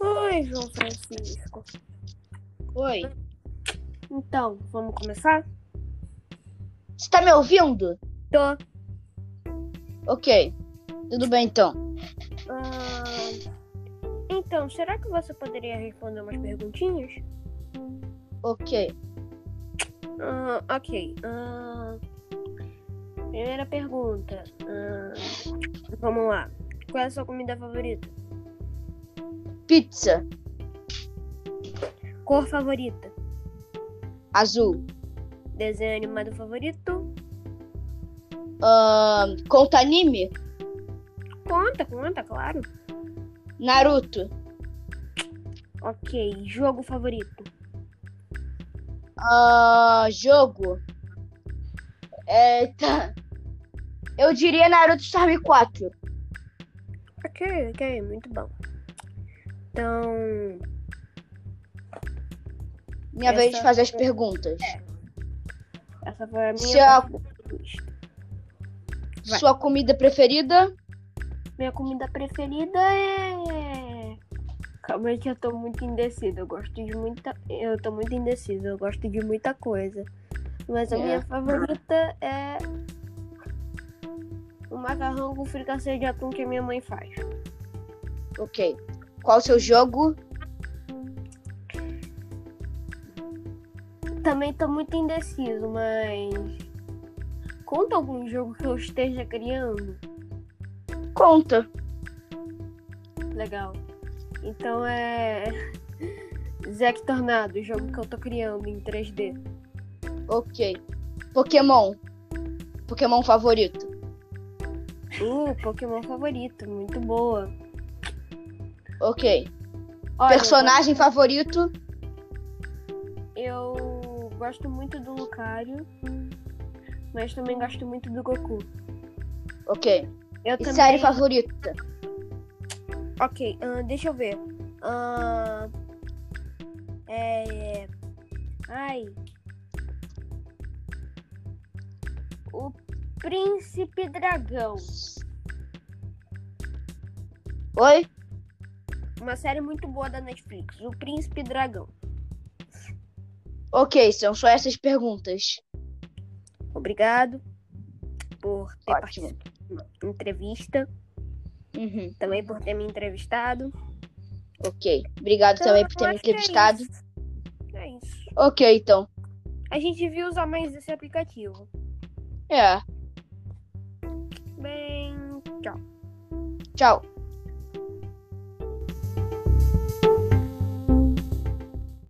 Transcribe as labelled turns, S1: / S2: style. S1: Oi, João Francisco.
S2: Oi.
S1: Então, vamos começar?
S2: Você tá me ouvindo?
S1: Tô.
S2: Ok. Tudo bem então.
S1: então, será que você poderia responder umas perguntinhas?
S2: Ok.
S1: Ah, ok. Ah, primeira pergunta. Ah, vamos lá. Qual é a sua comida favorita?
S2: Pizza.
S1: Cor favorita?
S2: Azul.
S1: Desenho animado favorito?
S2: Ahn, conta anime?
S1: Conta, conta, claro.
S2: Naruto.
S1: Ok. Jogo favorito?
S2: Ahn, jogo. Eita. Eu diria Naruto Storm 4.
S1: Ok, ok, muito bom. Então,
S2: Minha vez de
S1: Essa-
S2: fazer as perguntas.
S1: essa foi a minha
S2: Sua-
S1: resposta. vai.
S2: Sua comida preferida?
S1: Minha comida preferida é. Calma aí que eu tô muito indecida. Eu gosto de muita. Eu tô muito indecisa. Eu gosto de muita coisa. Mas a
S2: É.
S1: minha favorita é. O macarrão com fricassê de atum que a minha mãe faz.
S2: Ok. Qual o seu jogo?
S1: Também tô muito indeciso, mas. Conta algum jogo que eu esteja criando.
S2: Conta.
S1: Legal. Então é. Zack Tornado, o jogo que eu tô criando em 3D.
S2: Ok. Pokémon. Pokémon favorito.
S1: Uh, Pokémon favorito, muito boa.
S2: Ok.
S1: Olha,
S2: Personagem favorito?
S1: Eu gosto muito do Lucario, mas também gosto muito do Goku.
S2: Ok.
S1: Eu
S2: E
S1: também.
S2: série favorita?
S1: Ok, ahn, deixa eu ver. Ahn, é. Ai. O Príncipe Dragão.
S2: Oi?
S1: Uma série muito boa da Netflix. O Príncipe Dragão.
S2: Ok, são só essas perguntas.
S1: Obrigado por ter
S2: Ótimo.
S1: participado da entrevista.
S2: Uhum,
S1: também por ter me entrevistado.
S2: ok. Obrigado
S1: Então,
S2: também por ter me entrevistado.
S1: É isso.
S2: Ok, então.
S1: A gente viu os amantes desse aplicativo.
S2: É.
S1: Bem, tchau.
S2: Tchau.